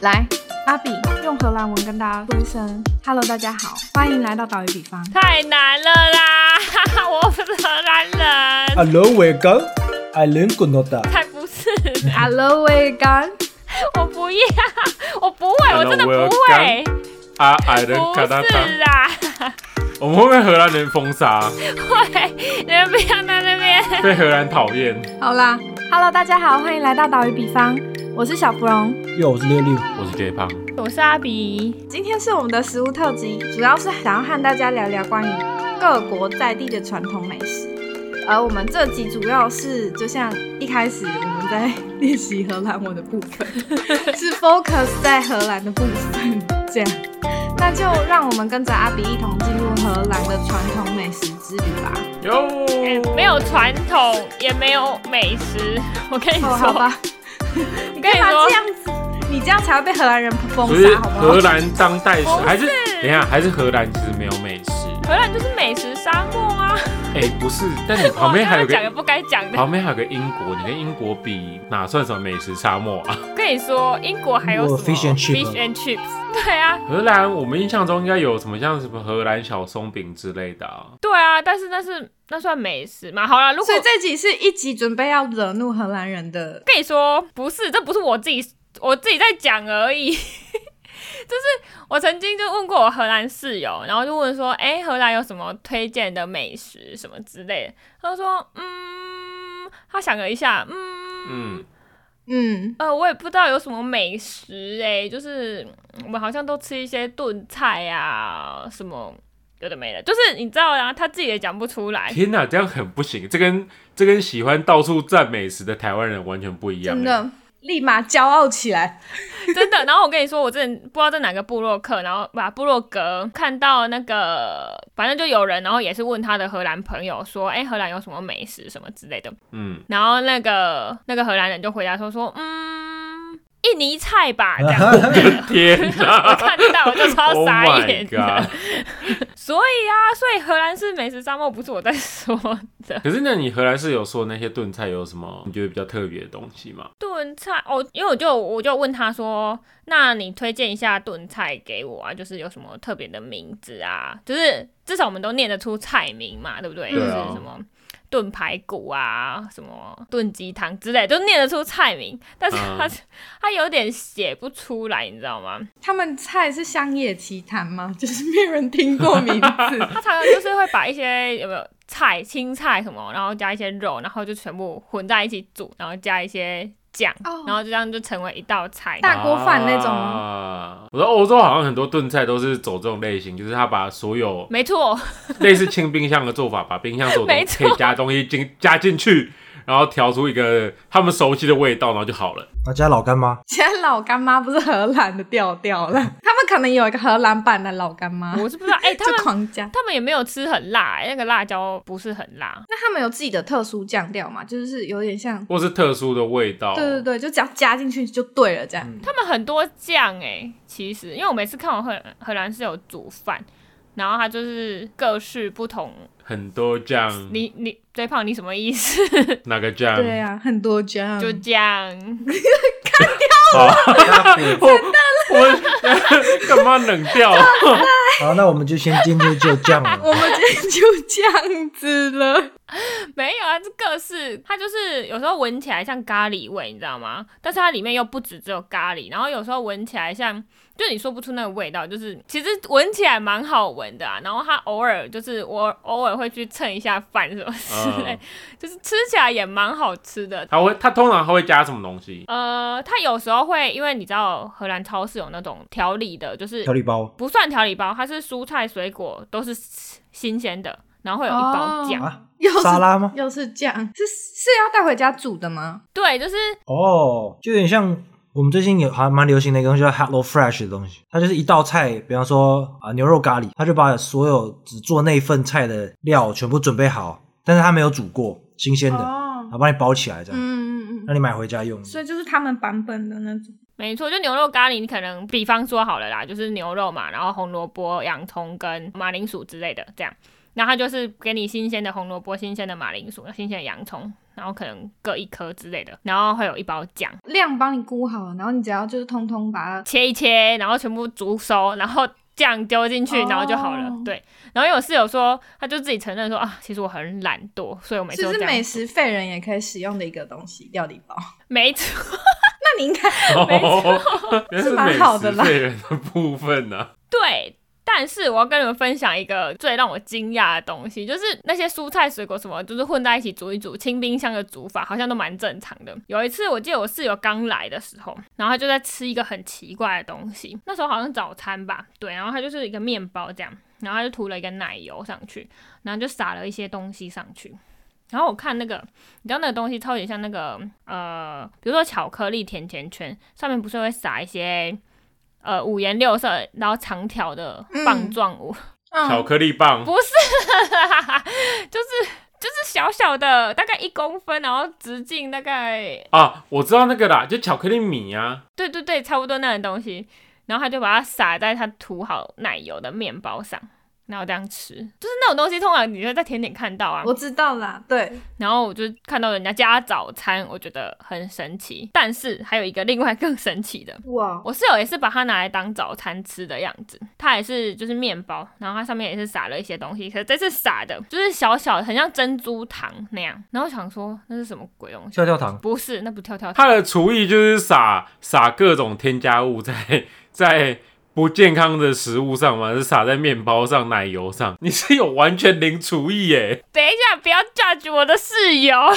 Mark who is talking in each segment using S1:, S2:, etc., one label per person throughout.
S1: 来，阿比用荷兰文跟大家说一声 “Hello，大家好，欢迎来到岛屿比方
S2: 太难了啦！ 我不是荷兰人，
S3: 啊
S4: Hello, welcome. I learn Gunota.
S2: 才不是，
S1: ”，Hello，喂干，
S2: 我不要，我不会，我
S3: Hello，
S2: 真的不
S3: welcome
S2: 会，
S3: 啊，矮人
S2: 不
S3: 卡达达，
S2: 是啦，
S3: 我们会被荷兰人封杀，
S2: 会，你们不要在那边。
S3: 被荷兰讨厌。
S1: 好啦，Hello，大家好，欢迎来到岛屿比方，我是小芙蓉。
S4: 哟，我是六六。
S3: 我是 J 胖，
S2: 我是阿比，
S1: 今天是我们的食物特辑，主要是想要和大家聊聊关于各国在地的传统美食。而我们这集主要是，就像一开始我们在练习荷兰文的部分，是 focus 在荷兰的部分，这样。那就让我们跟着阿比一同进入荷兰的传统美食之旅吧。
S3: 哟，
S2: 哎没有传统，也没有美食，我跟你
S1: 哦，好
S2: 哎说，
S1: 吧， 你干嘛这样子？你这样才会被荷兰人封
S3: 所以
S1: 杀，好不好
S3: 荷？兰当代史
S2: 不是
S3: 还是等一下，还是荷兰其实没有美食。
S2: 荷兰就是美食沙漠啊！
S3: 哎，不是，但你旁 边还有
S2: 我刚刚讲个
S3: 个
S2: 不该讲的。
S3: 旁边还有个英国，你跟英国比哪算什么美食沙漠 啊？
S2: 跟你说，英国还有什么
S4: 我 fish and chip
S2: fish and chips？对啊，
S3: 荷兰，我们印象中应该有什么像什么荷兰小松饼之类的啊？
S2: 对啊，但是那是那算美食嘛？好啦，如果
S1: 所以这集是一集准备要惹怒荷兰人的
S2: 跟你说，不是，这不是我自己，我自己在讲而已。 就是我曾经就问过我荷兰室友，然后就问说，哎、荷兰有什么推荐的美食什么之类的？他就说，嗯，他想了一下，嗯，
S3: 嗯，
S1: 嗯，
S2: 呃，我也不知道有什么美食、哎，就是嗯我们好像都吃一些炖菜啊，什么有的没的，就是你知道啊，他自己也讲不出来。
S3: 天哪，这样很不行，这跟这跟喜欢到处赞美食的台湾人完全不一样。
S1: 真，的立马骄傲起来。
S2: 真的。然后我跟你说，我之前不知道在哪个部落客，然后把部落格看到那个，反正就有人，然后也是问他的荷兰朋友说，哎、荷兰有什么美食什么之类的。
S3: 嗯，
S2: 然后那个那个荷兰人就回答说说，嗯，印尼菜吧，这样。
S3: 天哪！
S2: 我看到我就超
S3: Oh
S2: 傻
S3: my
S2: 眼的
S3: God
S2: 所以啊，所以荷兰是美食沙漠，不是我在说的。
S3: 可是，那你荷兰是有说那些炖菜有什么你觉得比较特别的东西吗？
S2: 炖菜哦，因为我就我就问他说，那你推荐一下炖菜给我啊，就是有什么特别的名字啊？就是至少我们都念得出菜名嘛，对不对？
S3: 对啊
S2: 就是什么炖排骨啊，什么炖鸡汤之类，就念得出菜名，但是
S3: 嗯
S2: 他、 他有点写不出来，你知道吗？
S1: 他们菜是乡野奇谈吗？ 就是没有人听过名字。
S2: 他常常就是会把一些有没有菜、青菜什么，然后加一些肉，然后就全部混在一起煮，然后加一些酱，
S1: 哦
S2: 然后就这样就成为一道菜。
S1: 大锅饭那种
S3: 啊，我说欧洲好像很多炖菜都是走这种类型，就是他把所有
S2: 没错，
S3: 类似清冰箱的做法，把冰箱 所有
S2: 没
S3: 东
S2: 错
S3: 西可以加的东西进加进去，然后调出一个他们熟悉的味道，然后就好了。
S4: 大家老干 妈，
S1: 现在老干妈不是荷兰的调调了，他们可能有一个荷兰版的老干妈，
S2: 我是不知道， 哎、他
S1: 就
S2: 们
S1: 狂加。
S2: 他们也没有吃很辣、哎那个辣椒不是很辣，
S1: 那他们有自己的特殊酱料嘛？就是有点像，
S3: 或是特殊的味
S4: 哦
S3: 道，
S1: 对对对，就只要加进去就对了，这样。
S4: 嗯
S2: 他们很多酱哎、其实因为我每次看我荷荷兰是有煮饭。然后他就是各式不同，
S3: 很多酱，
S2: 你你最胖你什么意思？
S3: 哪个酱？
S1: 对啊，很多酱。
S2: 就这样，
S3: 好，
S4: 咖啡
S3: 我哦我 干嘛冷掉？
S4: 好，那我们就先今天就这样 了。
S1: 我们今天就这样子 了。
S2: 没有啊，这各式它就是有时候闻起来像咖喱味，你知道吗？但是它里面又不止只有咖喱，然后有时候闻起来像，就你说不出那个味道，就是其实闻起来蛮好闻的啊。然后它偶尔就是我偶尔会去蹭一下饭什么之类，
S3: 嗯
S2: 就是吃起来也蛮好吃的。
S3: 他会，他通常他会加什么东西？
S2: 呃，它有时候会，因为你知道荷兰超市有那种调理的，就是
S4: 调理包
S2: 不算调理包，它是蔬菜水果都是新鲜的，然后会有一
S1: 哦
S2: 包酱。
S4: 啊，
S1: 又是
S4: 沙拉吗？
S1: 又是酱，是是要带回家煮的吗？
S2: 对，就是
S4: 哦，就有点像我们最近有还蛮流行的一个东西叫 Hello Fresh 的东西，它就是一道菜，比方说啊牛肉咖喱，它就把所有只做那份菜的料全部准备好，但是它没有煮过，新鲜的，
S1: 哦
S4: 然后帮你包起来这
S1: 嗯
S4: 样，
S1: 嗯嗯，
S4: 让你买回家用。
S1: 所以就是他们版本的那种。
S2: 没错，就牛肉咖喱，你可能比方说好了啦，就是牛肉嘛，然后红萝卜、洋葱跟马铃薯之类的这样，然后它就是给你新鲜的红萝卜、新鲜的马铃薯、新鲜的洋葱，然后可能各一颗之类的，然后会有一包酱，
S1: 量帮你估好了，然后你只要就是通通把它
S2: 切一切，然后全部煮熟，然后酱丢进去，
S1: 哦
S2: 然后就好了。对，然后有室友说，他就自己承认说啊，其实我很懒惰，所以我每次
S1: 其
S2: 都
S1: 实
S2: 这样。
S1: 美食废人也可以使用的一个东西，料理 包。
S2: 没错，
S1: 那你应该
S3: 哦， 原来
S1: 是
S3: 是
S1: 蛮好的
S3: 美
S1: 啦
S3: 食废人的部分啊呢、
S2: 对。但是我要跟你们分享一个最让我惊讶的东西，就是那些蔬菜、水果什么，就是混在一起煮一煮，清冰箱的煮法好像都蛮正常的。有一次，我记得我室友刚来的时候，然后他就在吃一个很奇怪的东西，那时候好像早餐吧，对，然后他就是一个面包这样，然后他就涂了一个奶油上去，然后就撒了一些东西上去。然后我看那个，你知道那个东西超级像那个呃，比如说巧克力甜甜圈上面不是会撒一些呃五颜六色，然后长条的棒状物，
S3: 巧
S1: 嗯，
S3: 克力棒
S2: 不是啦，就是就是小小的，大概一公分，然后直径大概
S3: 啊，我知道那个啦，就巧克力米啊，
S2: 对对对，差不多那种东西。然后他就把它撒在他涂好奶油的面包上，然后这样吃，就是那种东西，通常你会在甜点看到啊。
S1: 我知道啦，对，
S2: 然后我就看到人家加早餐，我觉得很神奇。但是还有一个另外更神奇的，
S1: 哇，
S2: 我室友也是把它拿来当早餐吃的样子，它也是就是面包，然后它上面也是撒了一些东西，可是这次撒的就是小小的，很像珍珠糖那样。然后我想说那是什么鬼东西？
S4: 跳跳糖，
S2: 不是，那不跳跳糖。
S3: 他的厨艺就是撒撒各种添加物在 在不健康的食物上嘛，是撒在面包上、奶油上。你是有完全零厨艺耶，
S2: 等一下，不要 judge 我的室友，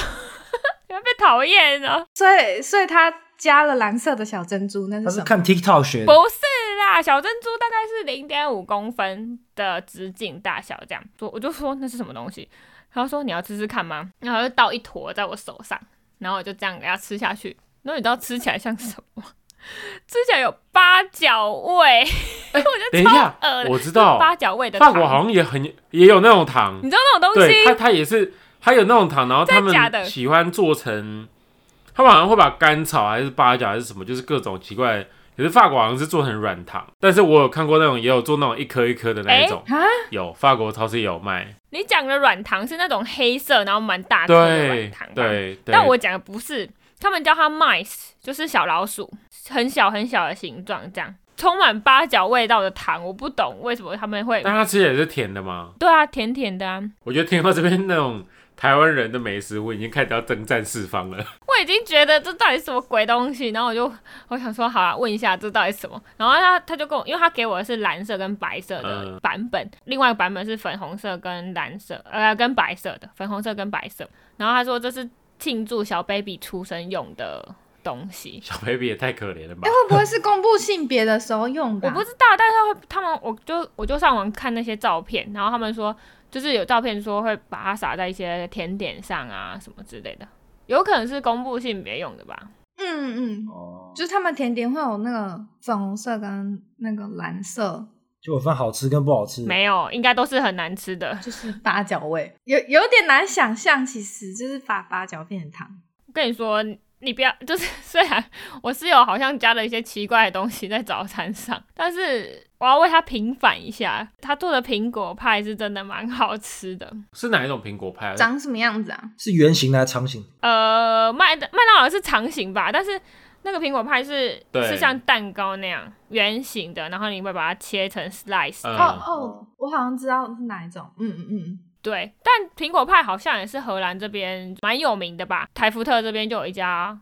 S2: 你会被讨厌哦。
S1: 所以所以他加了蓝色的小珍珠，那
S4: 他
S1: 是什
S4: 是
S1: 么？
S4: 看 TikTok 学
S2: 不
S4: 的，
S2: 是啦，小珍珠大概是零点五公分的直径大小这样。我我就说那是什么东西，他说你要吃吃看吗？然后他就倒一坨在我手上，然后我就这样给它吃下去。然后你知道吃起来像什么吗？ 吃起来有八角味，
S3: 等一下
S2: 呃，
S3: 哎我知道
S2: 就是八角味的
S3: 法
S2: 糖。
S3: 国好像也很也有那种糖
S2: 你，知道那种东西
S3: 对，他他也是，他有那种糖，然后他
S2: 真的假的
S3: 们喜欢做成，他们好像会把甘草还是八角还是什么，就是各种奇怪的。可是法国好像是做成软糖，但是我有看过那种，也有做那种一颗一颗的那一种，
S1: 啊，
S3: 有法国超市也有卖。
S2: 你讲的软糖是那种黑色，然后蛮大颗的软
S3: 对
S2: 糖吧？
S3: 对对，
S2: 但我讲的不是，他们叫它 mice，就是小老鼠，很小很小的形状，这样充满八角味道的糖，我不懂为什么他们会。
S3: 但它吃起来也是甜的嘛。
S2: 对啊，甜甜的啊！
S3: 我觉得听到这边那种台湾人的美食，我已经开始要征战四方了。
S2: 我已经觉得这到底是什么鬼东西，然后我就我想说，好啊，问一下这到底是什么。然后他他就跟我，因为他给我的是蓝色跟白色的
S3: 嗯
S2: 版本，另外一个版本是粉红色跟蓝色，呃，跟白色的，粉红色跟白色。然后他说这是庆祝小 baby 出生用的东西，
S3: 小 baby 也太可怜了吧
S1: 哎，？会不会是公布性别的时候用的
S2: 我
S1: 啊？
S2: 不知道，但是他会他们，我就我就上网看那些照片，然后他们说，就是有照片说会把它撒在一些甜点上啊什么之类的，有可能是公布性别用的吧。
S1: 嗯嗯，
S4: 哦，
S1: 就是他们甜点会有那个粉红色跟那个蓝色，
S4: 就有分好吃跟不好吃。
S2: 没有，应该都是很难吃的。
S1: 就是八角味，有有点难想象，其实就是把八角变成糖。
S2: 我跟你说，你不要，就是虽然我室友好像加了一些奇怪的东西在早餐上，但是我要为他平反一下，他做的苹果派是真的蛮好吃的。
S3: 是哪一种苹果派啊？
S1: 长什么样子啊？
S4: 是圆形的还是长形？
S2: 呃，麦的麦当劳是长形吧，但是那个苹果派是
S3: 对
S2: 是像蛋糕那样圆形的，然后你会把它切成 slice、
S3: 嗯
S1: 哦哦，我好像知道是哪一种。嗯嗯嗯，
S2: 对，但苹果派好像也是荷兰这边蛮有名的吧？台福特这边就有一家，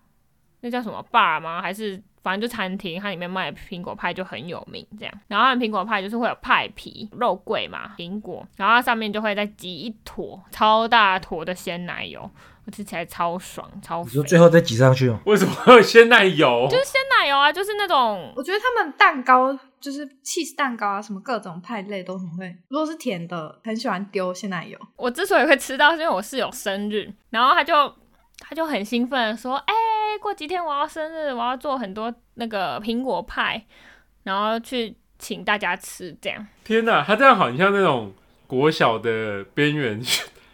S2: 那叫什么 bar 吗？还是反正就餐厅，它里面卖的苹果派就很有名。这样，然后它的苹果派就是会有派皮、肉桂嘛、苹果，然后它上面就会再挤一坨超大坨的鲜奶油，我吃起来超爽、超
S4: 你
S2: 肥
S4: 说。最后再挤上去哦。
S3: 为什么会有鲜奶油？
S2: 就是鲜奶油啊，就是那种
S1: 我觉得他们蛋糕就是 cheese 蛋糕啊，什么各种派类都很会。如果是甜的，很喜欢丢鲜奶油。
S2: 我之所以会吃到，是因为我室友生日，然后他就他就很兴奋的说：“哎、过几天我要生日，我要做很多那个苹果派，然后去请大家吃。”这样
S3: 天哪，他这样好像那种国小的边缘边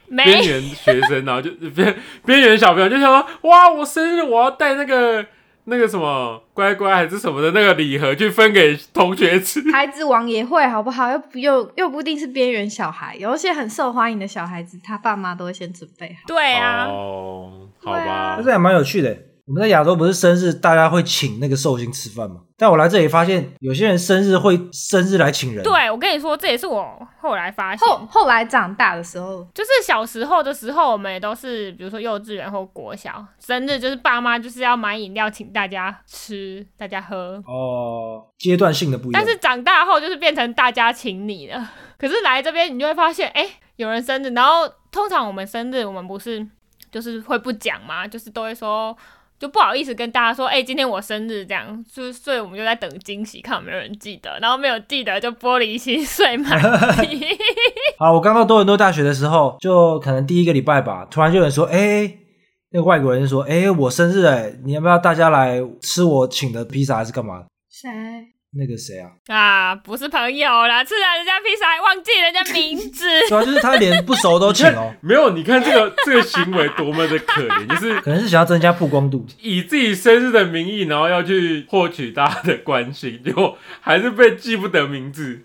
S2: 没
S3: 缘学生，然后就边边缘小朋友就想说，哇，我生日我要带那个那个什么乖乖还是什么的那个礼盒去分给同学吃。
S1: 孩子王也会好不好？又不又又不一定是边缘小孩，有一些很受欢迎的小孩子，他爸妈都会先准备好。
S2: 对啊，
S3: 哦，好
S1: 对啊
S3: 吧，
S4: 那，这还蛮有趣的。我们在亚洲不是生日大家会请那个寿星吃饭吗？但我来这里发现，有些人生日会生日来请人。，
S2: 对我跟你说，这也是我后来发现，
S1: 后后来长大的时候，
S2: 就是小时候的时候，我们也都是，比如说幼稚园或国小，生日就是爸妈就是要买饮料请大家吃，大家喝。
S4: 哦，阶段性的不一样。
S2: 但是长大后就是变成大家请你了。 可是来这边你就会发现，哎、有人生日，然后通常我们生日我们不是就是会不讲嘛，就是都会说。就不好意思跟大家说，哎、今天我生日这样，就是所以我们就在等惊喜，看有没有人记得，然后没有记得就玻璃心碎满地。
S4: 好，我刚到多伦多大学的时候，就可能第一个礼拜吧，突然就有人说，哎、那个外国人就说，哎、我生日哎、你要不要大家来吃我请的披萨还是干嘛？
S1: 谁？
S4: 那个谁啊？
S2: 啊，不是朋友啦，吃了人家披萨还忘记人家名字，
S4: 对啊，就是他连不熟都请哦
S3: 没有，你看这个这个行为多么的可怜，就是
S4: 可能是想要增加曝光度。
S3: 以自己生日的名义，然后要去获取大家的关心，结果还是被记不得名字。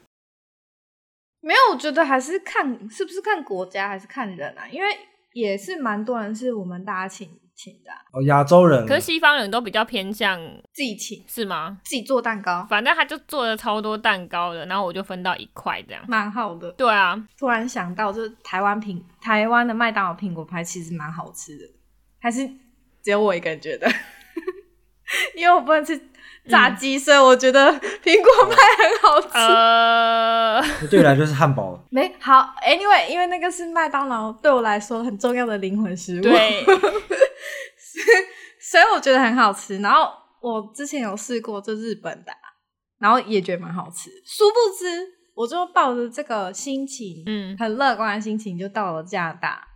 S1: 没有，我觉得还是看是不是看国家还是看人啊，因为也是蛮多人是我们大家请请的啊、
S4: 哦，亚洲人，
S2: 可是西方人都比较偏向
S1: 自己请，
S2: 是吗？
S1: 自己做蛋糕，
S2: 反正他就做了超多蛋糕的，然后我就分到一块这样。
S1: 蛮好的。
S2: 对啊，
S1: 突然想到，就是台湾苹台湾的麦当劳苹果派其实蛮好吃的，还是只有我一个人觉得， 因为我不能吃炸鸡，所以我觉得苹果派很好吃。
S2: 呃，
S4: 对我来说是汉堡了。
S1: 没好，anyway，因为那个是麦当劳对我来说很重要的灵魂食物，
S2: 对，
S1: 所以我觉得很好吃。然后我之前有试过，就日本的啊，然后也觉得蛮好吃。殊不知，我就抱着这个心情，
S2: 嗯，
S1: 很乐观的心情就到了加拿大，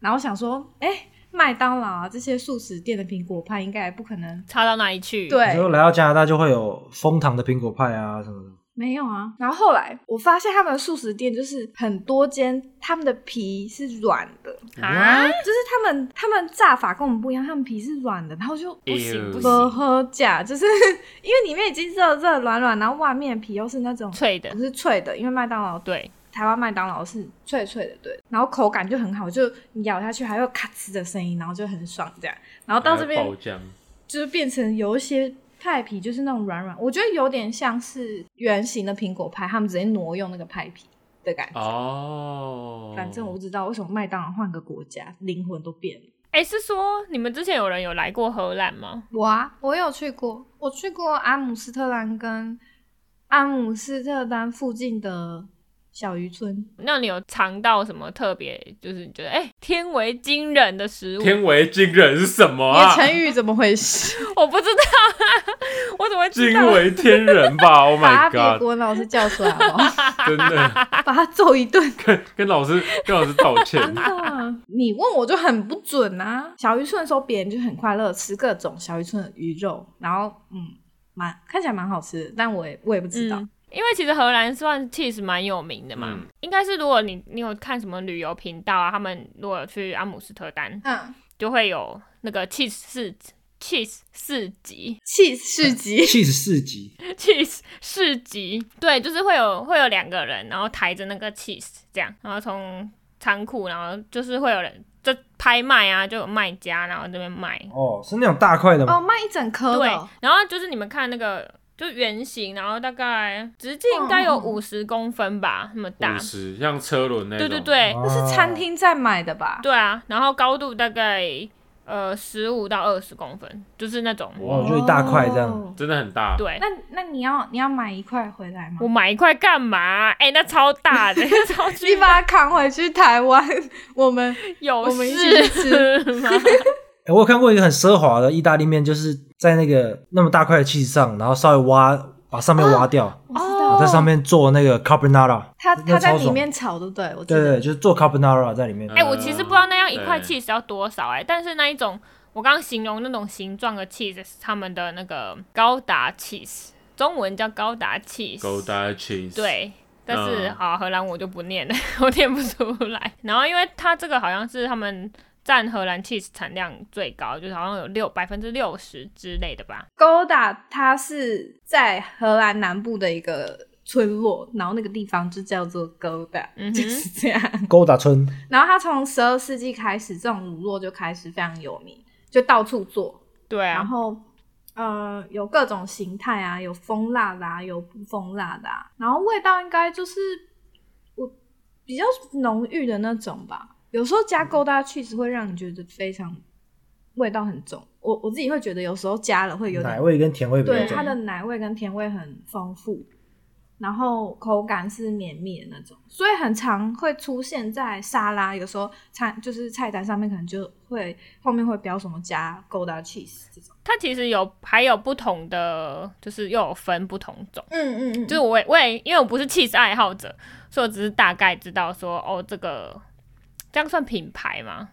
S1: 然后想说，哎、麦当劳啊这些素食店的苹果派应该也不可能
S2: 差到哪里去？，
S4: 你说
S1: 对，
S4: 来到加拿大就会有枫糖的苹果派啊什么的。
S1: 没有啊。然后后来我发现他们的素食店就是很多间，他们的皮是软的，
S2: 啊，
S1: 就是他们他们炸法跟我们不一样，他们皮是软的，然后就
S2: 不行
S3: 哎
S2: 不
S1: 不
S2: 行，
S1: 喝假，就是 因为里面已经热热软软，然后外面的皮又是那种
S2: 脆的
S1: 不，是脆的，因为麦当劳
S2: 对，
S1: 台湾麦当劳是脆脆的，对，然后口感就很好，就你咬下去还有咔哧的声音，然后就很爽这样。然后到这边
S3: 还有爆浆，
S1: 就是变成有一些派皮就是那种软软，我觉得有点像是圆形的苹果派，他们直接挪用那个派皮的感觉。
S3: 哦，
S1: 反正我不知道为什么麦当劳换个国家，灵魂都变了。
S2: 哎，是说你们之前有人有来过荷兰吗？
S1: 我啊，我有去过，我去过阿姆斯特丹跟阿姆斯特丹附近的小渔村，
S2: 那你有尝到什么特别，就是你觉得哎、天为惊人的食物？
S3: 天为惊人是什么
S1: 你的
S3: 啊？
S1: 成语怎么回事？
S2: 我不知道啊， 我怎么会知道
S3: 惊？为天人 吧！Oh
S1: 把
S3: my
S1: 别
S3: god！
S1: 国文老师叫出来好 不好？
S3: 真的
S1: 把他揍一顿。
S3: 跟跟老师跟老师道歉。
S1: 啊你问我就很不准啊！小渔村的时候，别人就很快乐吃各种小渔村的鱼肉，然后嗯，蛮看起来蛮好吃的，但我也我也不知道。
S2: 嗯因为其实荷兰算 cheese 蛮有名的嘛，
S3: 嗯
S2: 应该是如果你你有看什么旅游频道啊，他们如果有去阿姆斯特丹，
S1: 嗯，
S2: 就会有那个 cheese 市 cheese 市集
S1: 气市集
S4: cheese 四级，
S2: cheese 市集，对，就是会有会有两个人，然后抬着那个 cheese 这样，然后从仓库，然后就是会有人就拍卖啊，就有卖家，然后这边卖，
S4: 哦，是那种大块的
S1: 哦，
S4: 吗？
S1: 卖一整颗
S2: 对
S1: 的哦，，
S2: 然后就是你们看那个。就圆形，然后大概直径应该有
S1: 嗯嗯嗯
S2: 五十公分吧，那么 大
S3: 五。十像车轮那
S2: 对
S3: 种，
S2: 对对，
S4: 哦
S1: 那是餐厅在买的吧？
S2: 对啊，然后高度大概呃十五到二十公分，就是那种。
S3: 哇
S4: 就一大块这样
S1: 哦
S3: 真的很大。
S2: 对
S1: 那，那你要你要买一块回来吗
S2: 我？买一块干嘛？哎、那超大 的，超
S1: 你
S2: 巨大，
S1: 把它扛回去台湾，我们
S2: 有
S1: 我们一起
S2: 事
S1: 吃
S2: 吗？
S4: 哎、我有看过一个很奢华的意大利面，就是在那个那么大块的 cheese 上，然后稍微挖把上面
S1: 哦
S4: 挖掉，
S1: 我知道
S4: 啊在上面做那个 carbonara。
S1: 他
S4: 那
S1: 他在
S4: 超
S1: 里
S4: 爽
S1: 面炒，对不对？我记
S4: 对对，
S1: 得
S4: 对就是做 carbonara 啊在里面。
S3: 嗯
S2: 哎、我其实不知道那样一块
S3: 对
S2: cheese 要多少哎、但是那一种我刚刚形容那种形状的 cheese 是他们的那个高达 cheese，中文叫高达 cheese。
S3: Go d a cheese。，
S2: 对，但是
S3: 嗯
S2: 啊，荷兰我就不念了，我念不出来。然后因为它这个好像是他们占荷兰 cheese 产量最高，就是好像有六百分之六十之类的吧。
S1: Gouda 它是在荷兰南部的一个村落，然后那个地方就叫做 Gouda，、
S2: 嗯哼
S1: 就是这样。
S4: 勾打村
S1: 然后它从十二世纪开始，这种乳酪就开始非常有名，就到处做，
S2: 对
S1: 然
S2: 啊，
S1: 后。呃，有各种形态啊，有蜂蜡的、啊，有不蜂蜡的、啊，然后味道应该就是我比较浓郁的那种吧。有时候加 Gouda cheese 会让你觉得非常味道很重，我我自己会觉得有时候加了会有点
S4: 奶味跟甜味比较
S1: 对，
S4: 重
S1: 它，的奶味跟甜味很丰富，然后口感是绵密的那种，所以很常会出现在沙拉，有时候菜就是菜单上面可能就会后面会标什么加 Gouda cheese 这种。
S2: 它其实有还有不同的，就是又有分不同种。
S1: 嗯嗯嗯，
S2: 就是我也我也因为我不是 cheese 爱好者，所以我只是大概知道说哦，这个这样算品牌吗？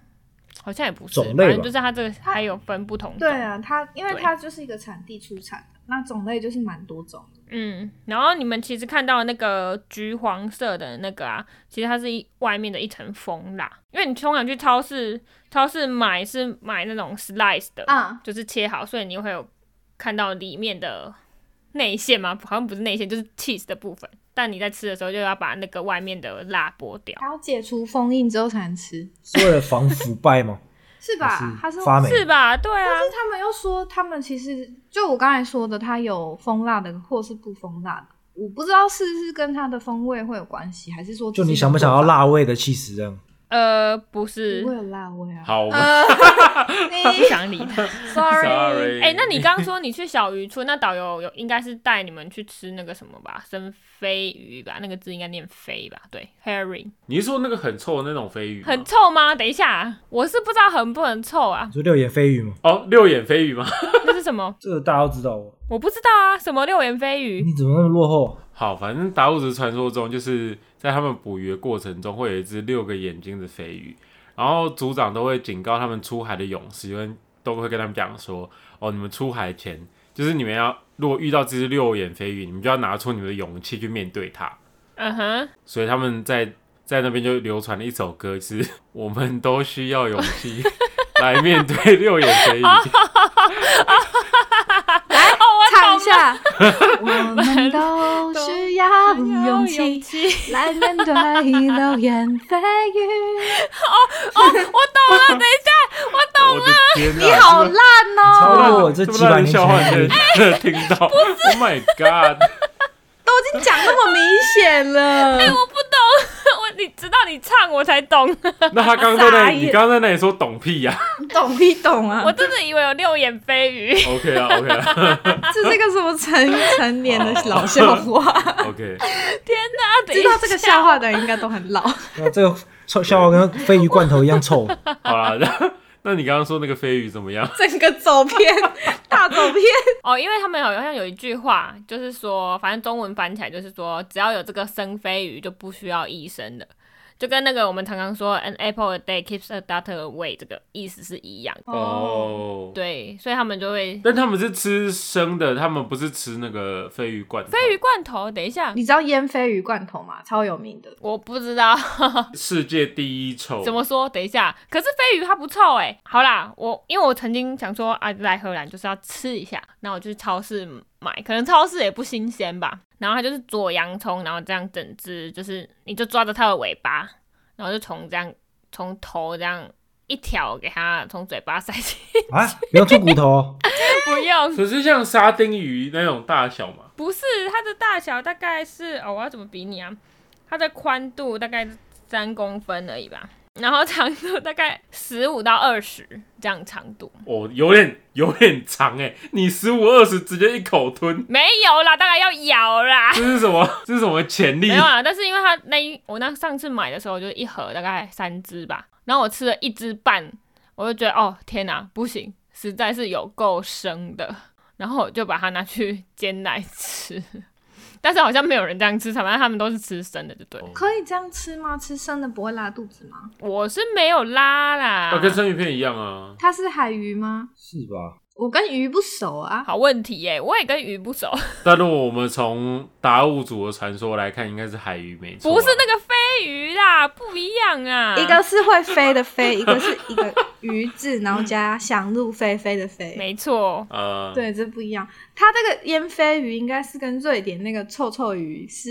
S2: 好像也不是，
S4: 种
S2: 反
S4: 类吧
S2: 正就是它这个还有分不同种。
S1: 对啊，它因为
S2: 对
S1: 它就是一个产地出产的，那种类就是蛮多种的。
S2: 嗯，然后你们其实看到那个橘黄色的那个啊，其实它是一外面的一层蜂蜡，因为你通常去超市超市买是买那种 slice 的，
S1: 啊，
S2: 就是切好，所以你会有看到里面的内馅吗？好像不是内馅，就是 cheese 的部分。但你在吃的时候就要把那个外面的蜡剥掉。
S1: 还要解除封印之后才能吃，
S4: 是为了防腐 败吗？
S1: 是吧
S4: 还？
S1: 啊它是
S4: 发霉？
S2: 是吧？对啊，
S1: 但是他们又说，他们其实就我刚才说的，它有蜂蜡的或是不蜂蜡的，我不知道是不是跟它的风味会有关系，还是说
S4: 就你想不想要？辣味的气势这样？
S2: 呃，不
S1: 不会
S2: 是，
S1: 有辣味啊。
S3: 好，我们
S1: 呃，
S2: 不
S1: 你
S2: 想理 他。
S1: sorry，
S3: Sorry
S2: 哎、那你刚刚说你去小渔村，那导游有应该是带你们去吃那个什么吧，生飞鱼吧，那个字应该念飞吧？对，herring，
S3: 你是说那个很臭的那种飞鱼吗？
S2: 很臭吗？等一下，我是不知道很不很臭啊
S4: 你，说六眼飞鱼吗？
S3: 哦，六眼飞鱼吗？
S2: 那是什么？
S4: 这个大家都知道哦。
S2: 我不知道啊，什么六眼飞鱼？
S4: 你怎么那么落后？
S3: 好，反正达悟族传说中，就是在他们捕鱼的过程中，会有一只六个眼睛的飞鱼，然后族长都会警告他们出海的勇士，因为都会跟他们讲说，哦，你们出海前，就是你们要如果遇到这只六眼飞鱼，你们就要拿出你们的勇气去面对它。
S2: 嗯哼，
S3: 所以他们在在那边就流传了一首歌，是我们都需要勇气来面对六眼飞鱼。
S1: 唱一下，我们 都需要哎勇气
S2: 气。
S1: 来面对流言 蜚语。
S2: 哦，我懂了，等一下，我懂。
S3: 我的天
S1: 你
S3: 啊！
S1: 好
S3: 这么
S1: 烂
S4: 你
S1: 哦，
S4: 超过我这
S3: 么
S4: 几百
S3: 烂的
S4: 年
S3: 笑话
S4: 前
S3: 你
S4: 的
S3: 真的听到？Oh my god！
S1: 都已经讲那么明显 了。
S2: 我不懂，我你直到你唱我才 懂，
S3: 那他刚刚在那
S1: 傻
S3: 里，
S1: 眼
S3: 你刚刚在那里说懂屁呀、
S1: 懂必懂啊！
S2: 我真的以为有六眼飞 鱼。
S3: o k 啊，OK 啊
S1: 这 是个什么成成年的老笑话？
S2: 天
S3: ，OK。
S2: 哪， 等一
S1: 知
S2: 下
S1: 道这个笑话的人应该都很老。
S4: 那这个 臭笑话跟鲱鱼罐头一样臭，
S3: 好啦， 那那你刚刚说那个飞鱼怎么样？
S1: 整个走偏， 大走偏。
S2: 哦，因为他们好像有一句话，就是说，反正中文翻起来就是说，只要有这个生飞鱼，就不需要医生的，就跟那个我们常常说 “an apple a day keeps a doctor away” 这个意思是一样的。
S3: 哦、
S2: 对，所以他们就会
S3: 但他们是吃生的，他们不是吃那个鲱鱼罐头。
S2: 飞鱼罐头。等一下，
S1: 你知道腌鲱鱼罐头吗？超有名的。
S2: 我不知道
S3: 世界第一臭，
S2: 怎么说。等一下，可是飞鱼它不臭哎、好啦，我因为我曾经想说啊，来荷兰就是要吃一下，那我就去超市买，可能超市也不新鲜吧。然后它就是左洋葱，然后这样整只，就是你就抓着它的尾巴，然后就从这样从头这样一条给它从嘴巴塞进，
S4: 啊！不要吐骨头哦，
S2: 不用，
S3: 可是像沙丁鱼那种大小嘛，
S2: 不是它的大小大概是哦，我要怎么比你啊？它的宽度大概三公分而已吧，然后长度大概十五到二十这样长度。
S3: 哦，有点有点长哎，你十五二十直接一口吞，
S2: 没有啦，当然要咬啦。
S3: 这是什么？这是什么潜力
S2: 没？有啊啦，但是因为它那一我那上次买的时候就是一盒大概三只吧，然后我吃了一只半，我就觉得哦天哪，不行，实在是有够生的，然后我就把它拿去煎来吃。但是好像没有人这样吃，反正他们都是吃生的，就对了。
S1: 可以这样吃吗？吃生的不会拉肚子吗？
S2: 我是没有拉啦。
S3: 啊，跟生鱼片一样啊。
S1: 它是海鱼吗？
S4: 是吧？
S1: 我跟鱼不熟啊。
S2: 好问题耶、我也跟鱼不熟，
S3: 但如果我们从达悟族的传说来看，应该是海鱼没错啊。
S2: 不是那个飞飞鱼啦，不一样啊。
S1: 一个是会飞的飞，一个是一个鱼字，然后加想入非非的非。
S2: 没错，
S3: 呃，
S1: 对，这不一样。它这个烟飞鱼应该是跟瑞典那个臭臭鱼是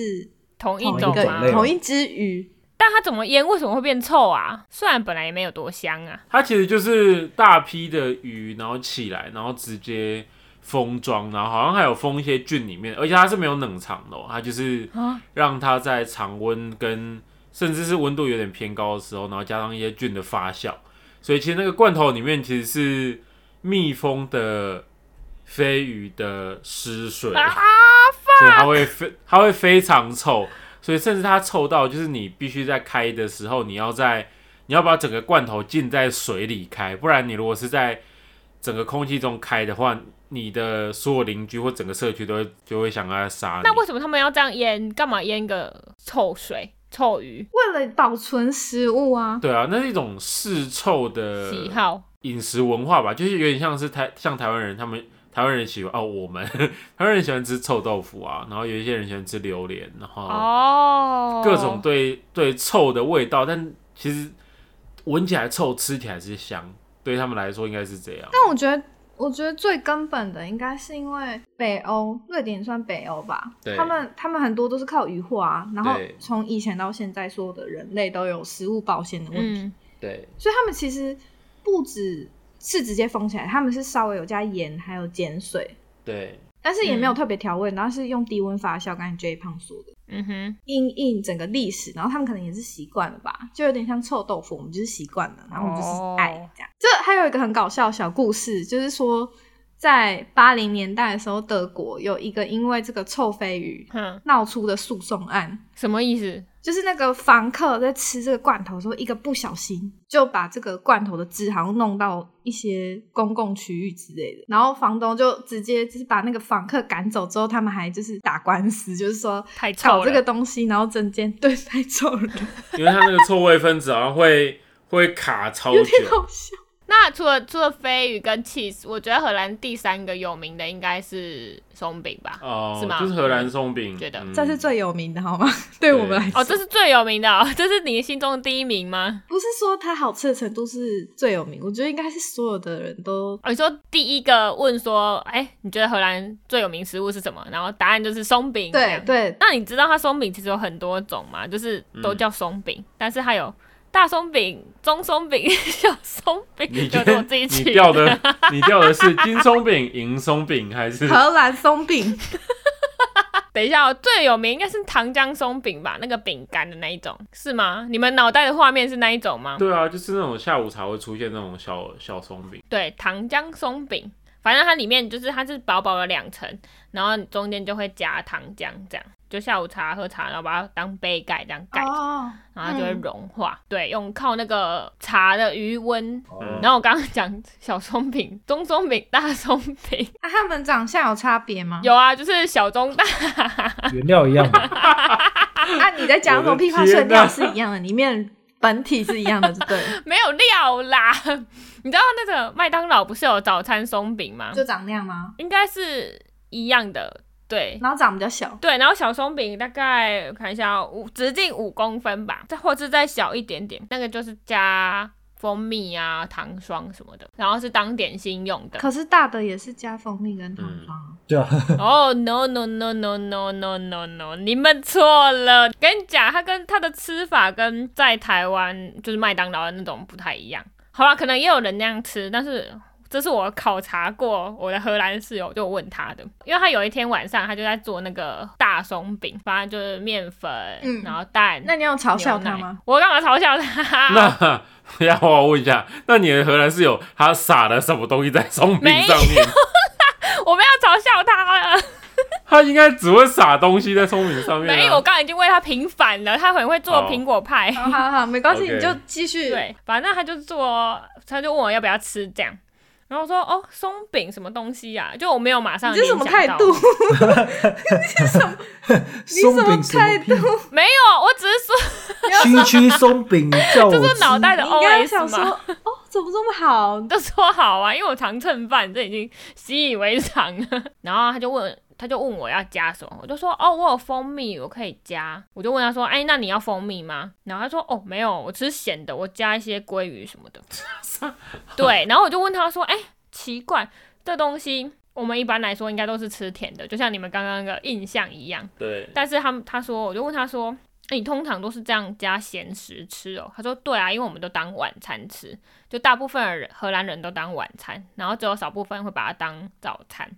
S2: 同一
S1: 同
S2: 种
S1: 哦一个
S2: 吗？
S4: 类
S1: 同一只鱼，
S2: 但它怎么腌？为什么会变臭啊？虽然本来也没有多香啊。
S3: 它其实就是大批的鱼，然后起来，然后直接封装，然后好像还有封一些菌里面，而且它是没有冷藏的、哦，它就是
S2: 啊
S3: 让它在常温跟甚至是温度有点偏高的时候，然后加上一些菌的发酵，所以其实那个罐头里面其实是密封的飞鱼的尸水，
S2: 啊
S3: 所以它会非它会非常臭，所以甚至它臭到就是你必须在开的时候，你要在你要把整个罐头浸在水里开，不然你如果是在整个空气中开的话，你的所有邻居或整个社区都会就会想要杀你
S2: 那。为什么他们要这样腌？干嘛腌个臭水、臭鱼？
S1: 为了保存食物啊。
S3: 对啊，那是一种嗜臭的
S2: 喜好
S3: 饮食文化吧，就是有点像是台像台湾人，他们台湾人喜欢哦，我们 台湾人喜欢吃臭豆腐啊，然后有一些人喜欢吃榴莲，然后
S2: 哦，
S3: 各种对对臭的味道，但其实闻起来臭，吃起来是香，对他们来说应该是这样。
S1: 但我觉得，我觉得最根本的应该是因为北欧，瑞典算北欧吧
S3: 对，
S1: 他们他们很多都是靠渔获啊，然后
S3: 对
S1: 从以前到现在，所有的人类都有食物保鲜的问题，
S2: 嗯，
S3: 对，
S1: 所以他们其实不只是直接封起来，他们是稍微有加盐，还有碱水，
S3: 对，
S1: 但是也没有特别调味，然后是用低温发酵，刚才 J 胖说的。
S2: 嗯哼，
S1: 因应整个历史，然后他们可能也是习惯了吧，就有点像臭豆腐，我们就是习惯了，然后我们就是爱
S2: 哦
S1: 这样。这还有一个很搞笑的小故事，就是说在八零年代的时候，德国有一个因为这个臭鲱鱼
S2: 哼，
S1: 闹出的诉讼案，
S2: 什么意思？
S1: 就是那个房客在吃这个罐头的时候，一个不小心就把这个罐头的汁好像弄到一些公共区域之类的，然后房东就直接就是把那个房客赶走之后，他们还就是打官司，就是说
S2: 太臭
S1: 搞
S2: 了，
S1: 这个东西，然后证件对太臭了，
S3: 因为它那个臭味分子好像会会卡超
S1: 有点
S3: 久，
S1: 好笑。
S2: 那除了除了飞鱼跟 cheese，我觉得荷兰第三个有名的应该是松饼吧？
S3: 哦、
S2: 是吗
S3: 就是荷兰松饼，
S2: 觉得
S3: 嗯
S1: 这是最有名的好吗？对我们来说，
S2: 哦，这是最有名的、哦， 这是你心中的第一名吗？
S1: 不是说它好吃的程度是最有名，我觉得应该是所有的人都
S2: 哦，你说第一个问说，哎、你觉得荷兰最有名食物是什么？然后答案就是松饼。这
S1: 对
S2: 样。
S1: 对，
S2: 那你知道它松饼其实有很多种嘛，就是
S3: 嗯
S2: 都叫松饼，但是它有大松饼、中松饼、 小松饼，
S3: 你
S2: 就
S3: 觉
S2: 是
S3: 得
S2: 我自己
S3: 你
S2: 取
S3: 掉的你掉的是金松饼、银松饼还是？
S1: 荷兰松饼，
S2: 等一下、哦，最有名应该是糖浆松饼吧，那个饼干的那一种是吗？你们脑袋的画面是那一种吗？
S3: 对啊，就是那种下午茶会出现那种小小松饼，
S2: 对，糖浆松饼，反正它里面就是它是薄薄的两层，然后中间就会夹糖浆，这样就下午茶喝茶，然后把它当杯盖这样盖着，
S1: 哦，
S2: 然后它就会
S1: 嗯
S2: 融化。对，用靠那个茶的余温。
S4: 哦
S3: 嗯
S2: 然后我刚刚讲小松饼、中松饼、大松饼，
S1: 那啊他们长相有差别吗？
S2: 有啊，就是小中大。
S4: 原料一样嘛，
S1: 啊，你在讲什么
S3: 我的
S1: 屁话？
S3: 天
S1: 碎料
S3: 哪
S1: 是一样的，里面本体是一样的， 就对了，
S2: 没有料啦。 你知道那个麦当劳不是有早餐松饼吗？
S1: 就长那样吗？
S2: 应该是一样的，对。
S1: 然后长比较小，
S2: 对，然后小松饼大概我看一下哦五直径五公分吧，再或者再小一点点，那个就是加蜂蜜啊、糖霜什么的，然后是当点心用的。
S1: 可是大的也是加蜂蜜跟糖
S3: 嗯
S1: 霜啊。
S4: 对啊，
S2: 哦、no no no no no no no no，你们错了。跟你讲，它跟它的吃法跟在台湾就是麦当劳的那种不太一样。好啦，可能也有人那样吃，但是这是我考察过我的荷兰室友，就问他的，因为他有一天晚上他就在做那个大松饼，反正就是面粉，
S1: 嗯
S2: 然后蛋。
S1: 那你有嘲笑他
S2: 牛奶
S1: 吗？？
S2: 我干嘛嘲笑 他？
S3: 那 等一下我要问一下，那你的荷兰室友他撒了什么东西在松饼上面？
S2: 我们要嘲笑
S1: 啊
S2: 他了。
S3: 他应该只会撒东西在松饼上面、啊。
S2: 没有，我刚刚已经为他平反了，他很会做
S3: 好
S2: 苹果派。
S1: 好好好，没关系，
S3: OK
S1: 你就继续。
S2: 对，反正他就做，他就问我要不要吃这样，然后我说哦，松饼什么东西呀、就我没有马上
S1: 你这什
S2: 联
S1: 么
S2: 想
S1: 态
S2: 到
S1: 度？
S4: 松饼
S1: 什么态
S4: 屁，
S2: 没有，我只是说
S4: 区区松饼，你叫 我
S2: 就
S4: 吃
S2: 是脑袋的
S1: 哦你应该
S2: OS
S1: 想说，
S2: 嘛，
S1: 哦，怎么这么好？
S2: 都说好啊，因为我常蹭饭，这已经习以为常了。然后他就问他就问我要加什么，我就说哦，我有蜂蜜，我可以加。我就问他说，哎、那你要蜂蜜吗？然后他说哦，没有，我吃咸的，我加一些鲑鱼什么的。对，然后我就问他说，哎、奇怪，这东西我们一般来说应该都是吃甜的，就像你们刚刚那个印象一样。
S3: 对，
S2: 但是他们他说，我就问他说，欸你通常都是这样加咸食吃哦？他说对啊，因为我们都当晚餐吃，就大部分的人荷兰人都当晚餐，然后只有少部分会把它当早餐，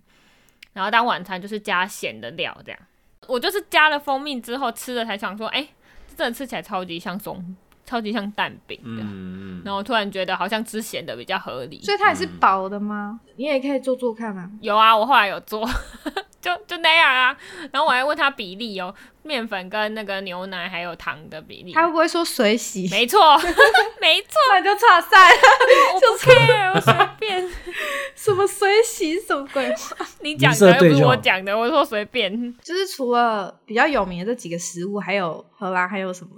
S2: 然后当晚餐就是加咸的料这样。我就是加了蜂蜜之后吃了才想说，哎、这真的吃起来超级像松，超级像蛋饼的。
S3: 嗯，
S2: 然后突然觉得好像吃咸的比较合理，
S1: 所以它也是薄的吗？你也可以做做看啊。
S2: 有啊，我后来有做， 就就那样啊。然后我还问他比例哦，面粉跟那个牛奶还有糖的比例。
S1: 它会不会说水洗？
S2: 没错， 没错，
S1: 那你就差赛了，
S2: 我不 care，我随便。
S1: 什么水洗什么鬼？
S2: 你讲
S4: 色
S2: 的又
S4: 对
S2: 不是
S4: 就
S2: 我
S4: 好
S2: 讲的，我说随便。
S1: 就是除了比较有名的这几个食物，还有荷兰还有什么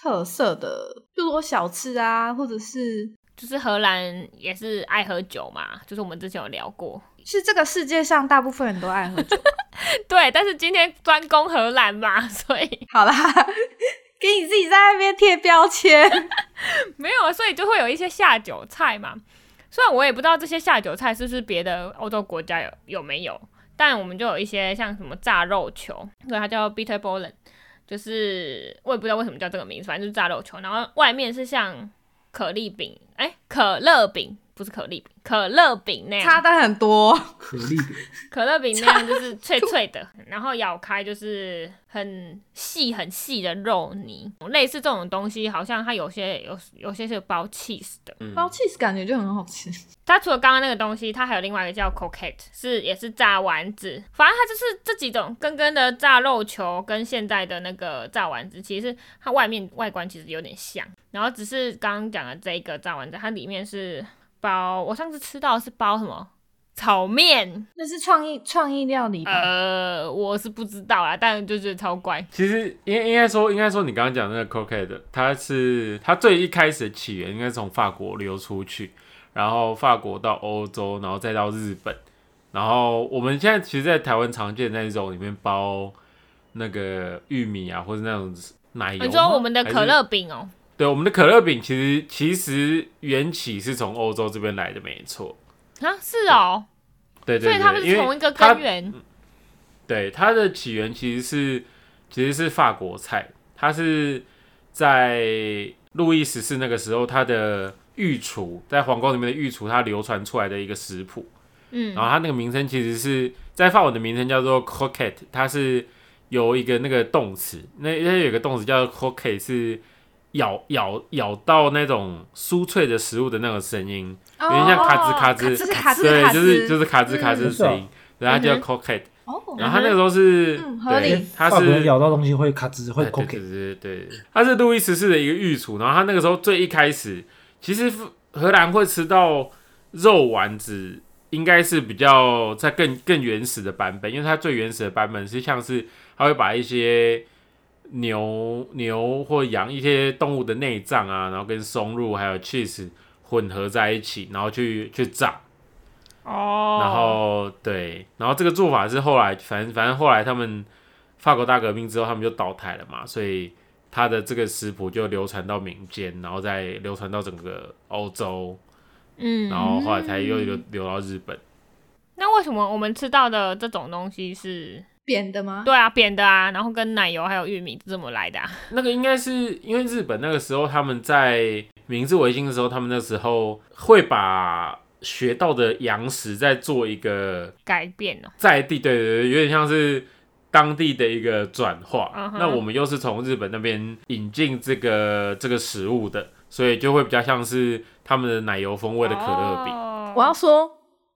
S1: 特色的，比如说小吃啊，或者是
S2: 就是荷兰也是爱喝酒嘛，就是我们之前有聊过。
S1: 是这个世界上大部分人都爱喝酒。
S2: 对，但是今天专攻荷兰嘛， 所以
S1: 好啦，给你自己在那边贴标签。
S2: 没有，啊所以就会有一些下酒菜嘛。虽然我也不知道这些下酒菜是不是别的欧洲国家有有没有，但我们就有一些像什么炸肉球，对，它叫 bitter b o l e n 就是我也不知道为什么叫这个名字，反正就是炸肉球，然后外面是像可丽饼，哎、可乐饼不是可丽饼，可乐饼那
S1: 差
S2: 样，
S1: 的很多，
S4: 可丽饼，
S2: 可乐饼那样就是脆脆的，然后咬开就是很细很细的肉泥，类似这种东西，好像它有些有有些是包 cheese 的。
S3: 嗯
S1: 包 cheese 感觉就很好吃。
S2: 它除了刚刚那个东西，它还有另外一个叫 coquette，是也是炸丸子。反正它就是这几种根根的炸肉球跟现在的那个炸丸子，其实它外面外观其实有点像，然后只是刚刚讲的这一个炸丸子，它里面是包，我上次吃到的是包什么炒面，
S1: 那是创意创意料
S3: 嗯
S1: 理吧？
S2: 呃，我是不知道啊，但就是超怪。
S3: 其实应应该说，应该说你刚刚讲那个 coquette，它是它最一开始的起源应该是从法国流出去，然后法国到欧洲，然后再到日本，然后我们现在其实，在台湾常见的那种里面包那个玉米啊，或者那种奶油吗。
S2: 你说我们的
S3: 还是
S2: 可乐饼哦，
S3: 对，我们的可乐饼其实其实缘起是从欧洲这边来的，没错。
S2: 啊是哦，
S3: 对
S2: 所
S3: 对对，
S2: 以他们
S3: 因
S2: 是
S3: 为
S2: 同一个
S3: 它
S2: 根源，
S3: 对，它的起源其实是其实是法国菜，它是在路易十四那个时候，他的御厨在皇宫里面的御厨，他流传出来的一个食谱。
S2: 嗯
S3: 然后它那个名称其实是在法文的名称叫做 coquette，它是由一个那个动词，那那有一个动词叫 coquette，是咬咬咬到那种酥脆的食物的那个声音。
S1: 有
S3: 有点像咔吱咔
S1: 吱
S3: 吱，
S1: 哦咔吱
S3: 对，
S1: 咔
S3: 就是就是是咔吱咔吱的声音，然后它叫 coquette，
S1: 哦，
S3: 然后它那个时候是
S1: 嗯，合理
S3: 对，哎它
S4: 法国人
S3: 是哎
S4: 咬到东西会咔吱，会
S3: 对
S4: 扣
S3: 对
S4: 给。
S3: 对对对，他是路易十四的一个御厨，然后他那个时候最一开始，其实荷兰会吃到肉丸子，应该是比较在更更原始的版本，因为它最原始的版本是像是他会把一些牛牛或羊一些动物的内脏啊，然后跟松露还有 cheese 混合在一起，然后去去炸。
S2: 哦，
S3: 然后对，然后这个做法是后来，反正反正后来他们法国大革命之后，他们就倒台了嘛，所以他的这个食谱就流传到民间，然后再流传到整个欧洲，
S2: 嗯，
S3: 然后后来才又流流到日本。
S2: 那为什么我们吃到的这种东西是？
S1: 扁的吗？
S2: 对啊，扁的啊，然后跟奶油还有玉米是怎么来的、啊？
S3: 那个应该是因为日本那个时候他们在明治维新的时候，他们那时候会把学到的洋食再做一个
S2: 改变哦、
S3: 在地，对对对，有点像是当地的一个转化。
S2: 嗯哼
S3: 那我们又是从日本那边引进这个这个食物的，所以就会比较像是他们的奶油风味的可乐饼。
S2: 哦
S1: 我要说，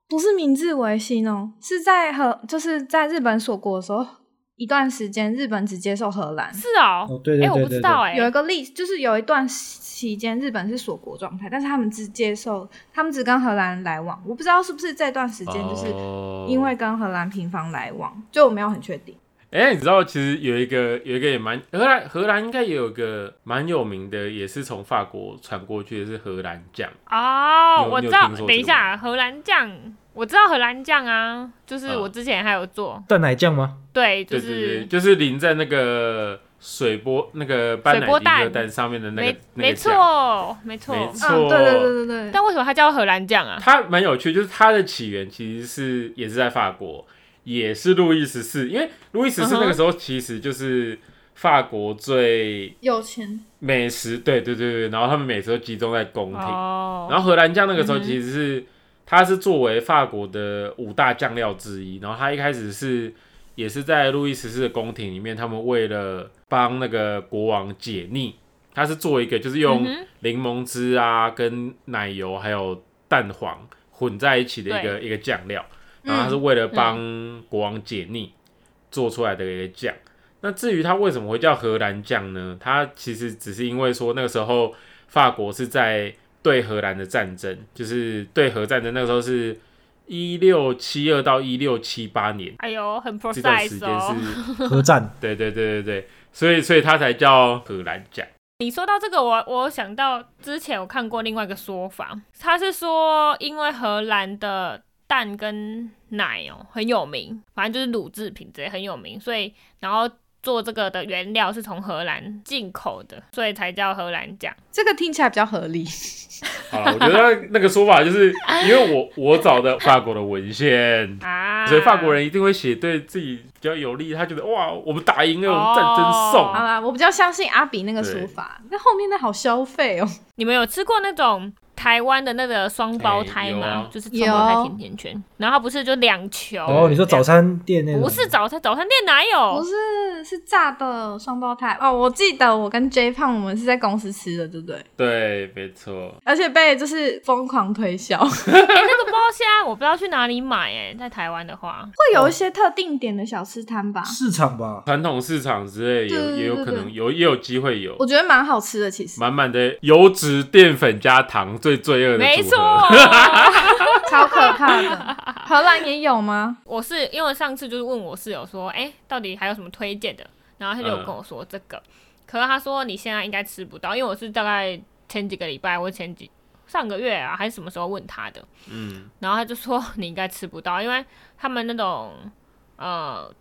S1: 不是明治维新哦，是在和就是在日本锁国的时候一段时间，日本只接受荷兰。
S2: 是哦、
S4: 哦对对
S2: 哎我
S4: 对
S2: 不
S4: 对
S2: 知道哎、
S1: 有一个历，就是有一段期间日本是锁国状态，但是他们只接受，他们只跟荷兰来往。我不知道是不是这段时间就是
S3: 哦
S1: 因为跟荷兰频繁来往，就我没有很确定。
S3: 哎、你知道其实有一个有一个也蛮荷兰荷兰应该也有个蛮有名的，也是从法国传过去的是荷兰酱。
S2: 哦、
S3: 你有
S2: 我
S3: 你
S2: 知
S3: 有
S2: 道
S3: 听说这。个
S2: 等一
S3: 吗
S2: 下，荷兰酱我知道荷兰酱啊，就是
S3: 嗯
S2: 我之前还有做，
S4: 蛋奶 酱吗？
S2: 对，就
S3: 对对对，
S2: 是
S3: 就是淋在那个水波那个斑
S2: 水
S3: 奶
S2: 波
S3: 迪克
S2: 蛋
S3: 蛋上面的那
S2: 没
S3: 个那
S2: 没
S3: 个酱，
S2: 错没错。
S3: 没错
S1: 嗯，对对对对对，
S2: 但为什么它叫荷兰酱啊？
S3: 它蛮有趣，就是它的起源其实是也是在法国，也是路易十四，因为路易十四
S2: 嗯哼
S3: 那个时候其实就是法国最
S1: 有钱，
S3: 美食，对对对对，然后他们每次都集中在宫廷，
S2: 哦，
S3: 然后荷兰酱那个时候
S2: 嗯哼
S3: 其实是、它是作为法国的五大酱料之一，然后它一开始是也是在路易十四的宫廷里面，他们为了帮那个国王解腻，它是做一个就是用
S2: 嗯哼
S3: 柠檬汁啊、跟奶油还有蛋黄混在一起的一个一个酱料，
S1: 嗯
S3: 然后它是为了帮国王解腻做出来的一个酱。那至于它为什么会叫荷兰酱呢？它其实只是因为说那个时候法国是在对荷兰的战争，就是对荷战争，那个时候是一六七二到一六七八年
S2: 哎呦，很
S3: 这段时
S2: precise
S3: 间
S2: 哦。
S3: 是，
S4: 核战
S3: 对对对对对，所以所以它才叫荷兰酱。
S2: 你说到这个，我我想到之前我看过另外一个说法，他是说因为荷兰的蛋跟奶哦、很有名，反正就是乳制品这些很有名，所以然后做这个的原料是从荷兰进口的，所以才叫荷兰酱。
S1: 这个听起来比较合理。
S3: 好了，我觉得那个说法就是因为我我找的法国的文献。
S2: 啊，
S3: 所以法国人一定会写对自己比较有利，他觉得哇，我们打赢了，我们战争
S2: 哦
S3: 胜。
S1: 好啦，我比较相信阿比那个说法，那后面那好消费哦、
S2: 你们有吃过那种台湾的那个双胞胎吗？
S3: 哎有啊
S2: 就是双胞胎甜甜圈，然后它不是就两球？
S4: 哦，你说早餐店那种
S2: 哎不是早餐早餐店哪有
S1: 不？是，是炸的双胞胎哦。我记得我跟 J 胖我们是在公司吃的，对不对？
S3: 对，没错。
S1: 而且被就是疯狂推销，会
S2: 哎、那个包虾我不知道去哪里买哎、在台湾的话，
S1: 有一些特定点的小吃摊吧。
S4: 市场吧？
S3: 传统市场之类
S1: 对
S3: 有
S1: 对
S3: 也有可
S1: 对
S3: 能
S1: 对
S3: 有，也有机会有
S1: 我觉得蛮好吃的，其实
S3: 满满的油脂、淀粉加糖，最罪恶的
S2: 没
S3: 组
S2: 错。
S3: 合。
S1: 超可怕的。荷兰也有吗？
S2: 我是因为上次就是问我室友说，哎、到底还有什么推荐的？然后他就有
S3: 嗯
S2: 跟我说这个，可是他说你现在应该吃不到，因为我是大概前几个礼拜或前几上个月啊，还是什么时候问他的，
S3: 嗯，
S2: 然后他就说你应该吃不到，因为他们那种呃，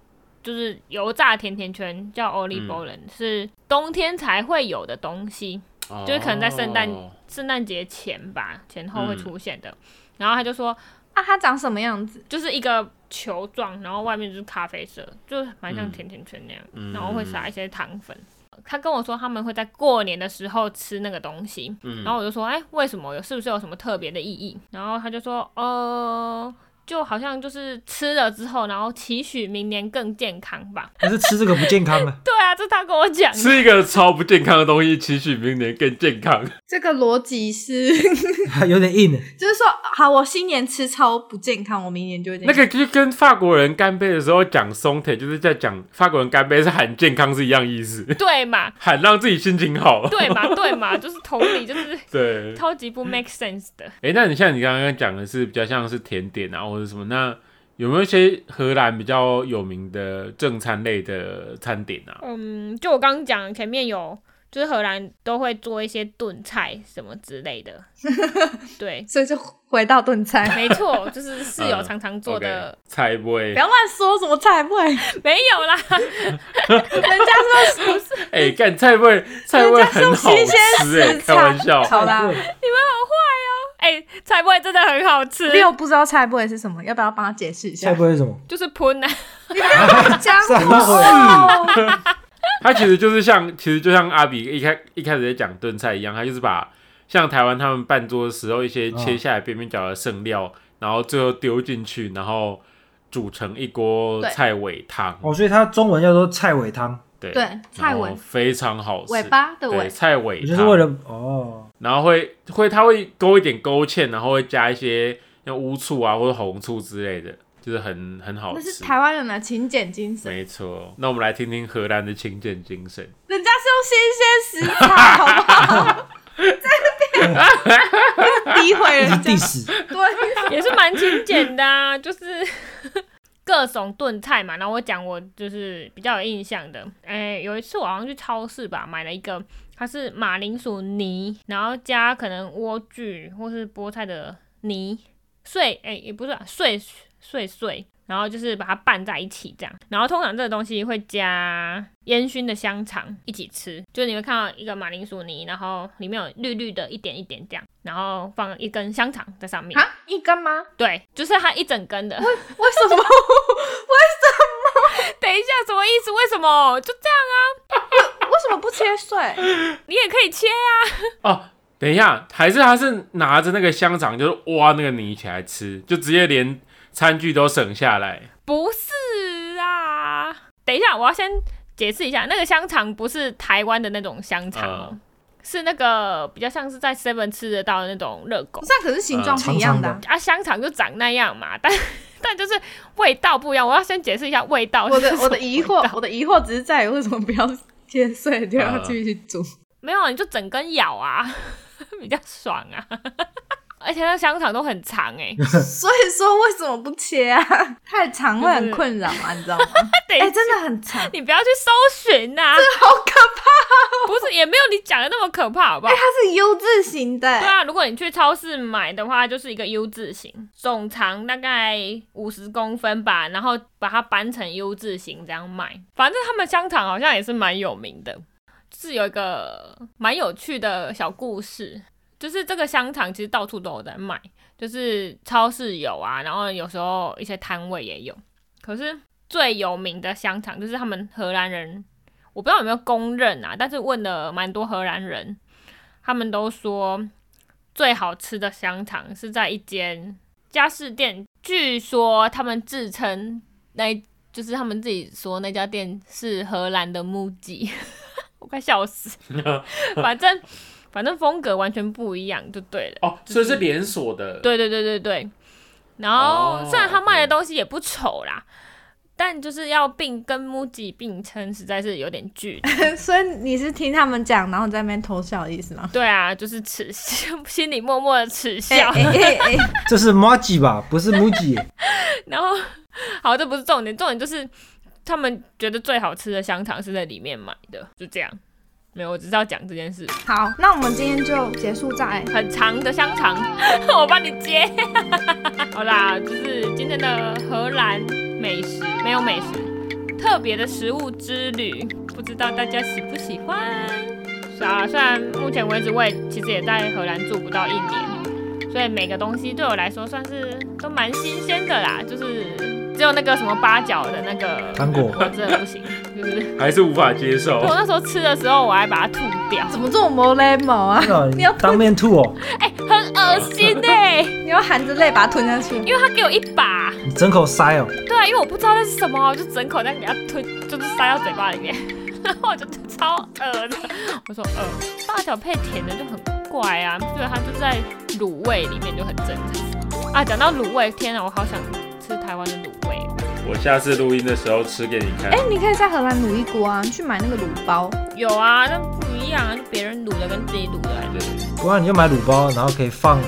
S2: 就是油炸甜甜圈叫 olive b o l e n、是冬天才会有的东西，就是可能在圣诞
S3: 哦
S2: 圣诞节前吧，前后会
S3: 嗯
S2: 出现的。然后他就说，
S1: 啊，它长什么样子？
S2: 就是一个球状，然后外面就是咖啡色，就是蛮像
S3: 嗯
S2: 甜甜圈那样，
S3: 嗯
S2: 然后会撒一些糖粉。他跟我说他们会在过年的时候吃那个东西，
S3: 嗯
S2: 然后我就说，哎、为什么有是不是有什么特别的意义？然后他就说，呃，就好像就是吃了之后，然后期许明年更健康吧。
S4: 但是吃这个不健康啊
S2: ，对啊，这是他跟我讲的。
S3: 吃一个超不健康的东西，期许明年更健康。
S1: 这个逻辑是，
S4: 有点硬。
S1: 就是说，好，我新年吃超不健康，我明年就会健
S3: 那
S1: 康。
S3: 个就跟法国人干杯的时候讲 s o n t e 就是在讲法国人干杯是喊健康是一样意思，
S2: 对嘛，
S3: 喊让自己心情好。
S2: 对嘛，对嘛，就是同理，就是
S3: 对，
S2: 超级不 make sense 的。
S3: 哎、那你像你刚刚讲的是比较像是甜点啊，或者什么？那有没有一些荷兰比较有名的正餐类的餐点啊？
S2: 嗯，就我刚刚讲，前面有就是荷兰都会做一些炖菜什么之类的，对，
S1: 所以就回到炖菜，
S2: 没错，就是室友
S3: 嗯
S2: 常常做
S3: OK，
S2: 的，
S3: 菜味
S1: 不。要乱说什么菜味，
S2: 没有啦，
S1: 人家说
S3: 哎，干、菜味，菜味很好
S1: 人家是用新
S3: 吃
S1: 鲜
S3: 哎、
S1: 食
S3: 开
S1: 材
S3: 玩笑。
S1: 好 啦，
S2: 哎、菜不会真的很好吃，
S1: 六不知道菜味是什么，要不要帮他解释一下
S4: 菜？不会是什么？
S2: 就是喷啊，
S1: 你不要乱讲
S4: 菜不会
S1: 哦，
S3: 它其实就是像，其实就像阿比一开一开始在讲炖菜一样，它就是把像台湾他们办桌的时候一些切下来边边角的剩料，然后最后丢进去，然后煮成一锅
S1: 对
S3: 菜尾汤。
S4: 哦，所以它中文叫做菜尾汤，
S3: 对
S1: 对，菜
S3: 然后
S1: 尾
S3: 非常好吃。
S1: 尾巴的
S3: 对，
S1: 尾，
S3: 菜尾
S4: 也
S3: 汤
S4: 就是为了哦，
S3: 然后会会它会勾一点勾芡，然后会加一些像乌醋啊或者红醋之类的，就是很很好
S1: 那
S3: 吃
S1: 是。台湾人的勤俭精神，
S3: 没错，那我们来听听荷兰的勤俭精神。
S1: 人家是用新鲜食材，好不好？在 那边诋毁
S4: 一直
S1: 人家，
S4: diss，
S1: 对，
S2: 也是蛮勤俭的、啊，就是各种炖菜嘛。然后我讲我就是比较有印象的，哎、有一次我好像去超市吧，买了一个，它是马铃薯泥，然后加可能莴苣或是菠菜的泥。碎，哎、也不是啊碎碎碎，然后就是把它拌在一起这样。然后通常这个东西会加烟熏的香肠一起吃，就是你会看到一个马铃薯泥，然后里面有绿绿的一点一点这样，然后放一根香肠在上面。
S1: 啊，一根吗？
S2: 对，就是它一整根的。
S1: 为 什么？
S2: 等一下，什么意思？为什么？就这样，啊
S1: 为什么不切碎？
S2: 你也可以切啊。
S3: 哦，等一下，还是他是拿着那个香肠，就是挖那个泥起来吃，就直接连餐具都省下来。
S2: 不是啊，等一下，我要先解释一下，那个香肠不是台湾的那种香肠哦、
S3: 嗯
S2: 是那个比较像是在 Seven 吃得到的那种热狗
S1: 这样可是形状不一样的啊、
S2: 啊，香肠就长那样嘛，但 但就是味道不一样。我要先解释一下味道是
S1: 我
S2: 什么味
S1: 的
S2: 道。
S1: 我的疑惑，我的疑惑只是在于为什么不要切碎就要
S3: 嗯
S1: 继续煮？
S2: 没有，你就整根咬啊， 比较爽啊。 而且那香肠都很长哎、
S1: 所以说为什么不切啊？太长会很困扰啊，你 知道吗？
S2: 等一
S1: 哎、
S2: 下
S1: 真的很长，
S2: 你不要去搜寻啊呐、
S1: 好可怕！
S2: 不是也没有你讲的那么可怕，好不好？
S1: 它是 U 字形的、
S2: 对啊，如果你去超市买的话，就是一个 U 字形，总长大概五十公分吧，然后把它扳成 U 字形这样卖。反正他们香肠好像也是蛮有名的，就是有一个蛮有趣的小故事，就是这个香肠其实到处都有在卖，就是超市有啊，然后有时候一些摊位也有。可是最有名的香肠就是他们荷兰人，我不知道有没有公认啊，但是问了蛮多荷兰人，他们都说最好吃的香肠是在一间家饰店，据说他们自称那就是他们自己说那家店是荷兰的木吉， 我快笑死。反正反正风格完全不一样就对了。
S3: 哦，所以是连锁的。，
S2: 对对对对对。然后、
S3: 哦
S2: 虽然他卖的东西也不丑啦，但就是要并跟 MUJI 并称，实在是有点距 离。
S1: 所以你是听他们讲，然后你在那边偷笑的意思吗？
S2: 对啊，就是耻笑，心里默默的耻
S1: 哎
S2: 笑。
S1: 哎哎哎，
S4: 这是 Muji 吧？不是 Muji，
S2: 然后，好，这不是重点，重点就是他们觉得最好吃的香肠是在里面买的，就这样。没有，我只是要讲这件事。
S1: 好，那我们今天就结束在
S2: 很长的香肠， 我帮你接。 好啦，就是今天的荷兰美食，没有美食，特别的食物之旅，不知道大家喜不喜欢？是啊，虽然目前为止我也其实也在荷兰住不到一年，所以每个东西对我来说算是都蛮新鲜的啦，就是只有那个什么八角的那个
S4: 糖果
S2: 我真的不行，就是
S3: 还是无法接受
S2: 我。那时候吃的时候我还把它吐掉，
S1: 怎么这么磨雷毛啊？你要
S4: 当面吐哦，
S2: 哎、很 恶心哎、
S1: 你要含着泪把它吞下去。
S2: 因为他给我一把。
S4: 你整口塞哦，
S2: 对啊，因为我不知道那是什么啊，我就整口这样给它吞，就是塞到嘴巴里面，然后我就超恶的。我说呃，八角配甜的就很怪啊，对，它就在卤味里面就很正常啊。讲到卤味，天啊，我好想吃台湾的卤味哦。
S3: 我下次录音的时候吃给你看
S1: 哎、。你可以在荷兰卤一锅啊，去买那个卤包。
S2: 有啊，但不一样啊，别人卤的跟自己卤的还啊是。
S4: 不然你就买卤包，然后可以放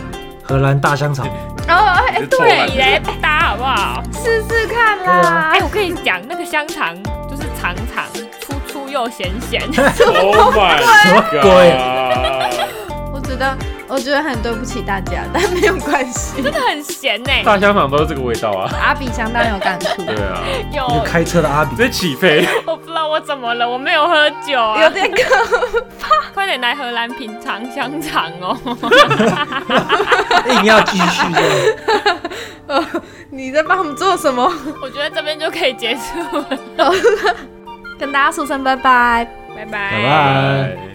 S4: 荷兰大香肠。
S1: 哦，哎、
S3: 你是臭
S2: 对
S3: 懒
S2: 嘞，不搭好不 好？
S1: 试试看
S4: 对啊
S1: 啦。
S2: 哎、我跟你讲，那个香肠就是长长、粗粗又咸咸。
S3: Oh my
S4: 什么
S3: god！
S1: 我觉得，我觉得很对不起大家，但没有关系。
S2: 真的很咸呢、
S3: 大香肠都是这个味道啊。
S1: 阿比相当有感触，
S3: 对啊，
S2: 有
S4: 一个开车的阿比
S3: 直，接起飞。
S2: 我不知道我怎么了，我没有喝酒
S1: 有
S2: 啊！
S1: 点可
S2: 快点来荷兰品尝香肠哦！
S4: 硬哎要继续这样。
S1: 你在帮我们做什么？
S2: 我觉得这边就可以结束了，
S1: 跟大家说声拜拜。
S2: 拜拜，拜
S4: 拜拜
S3: 拜。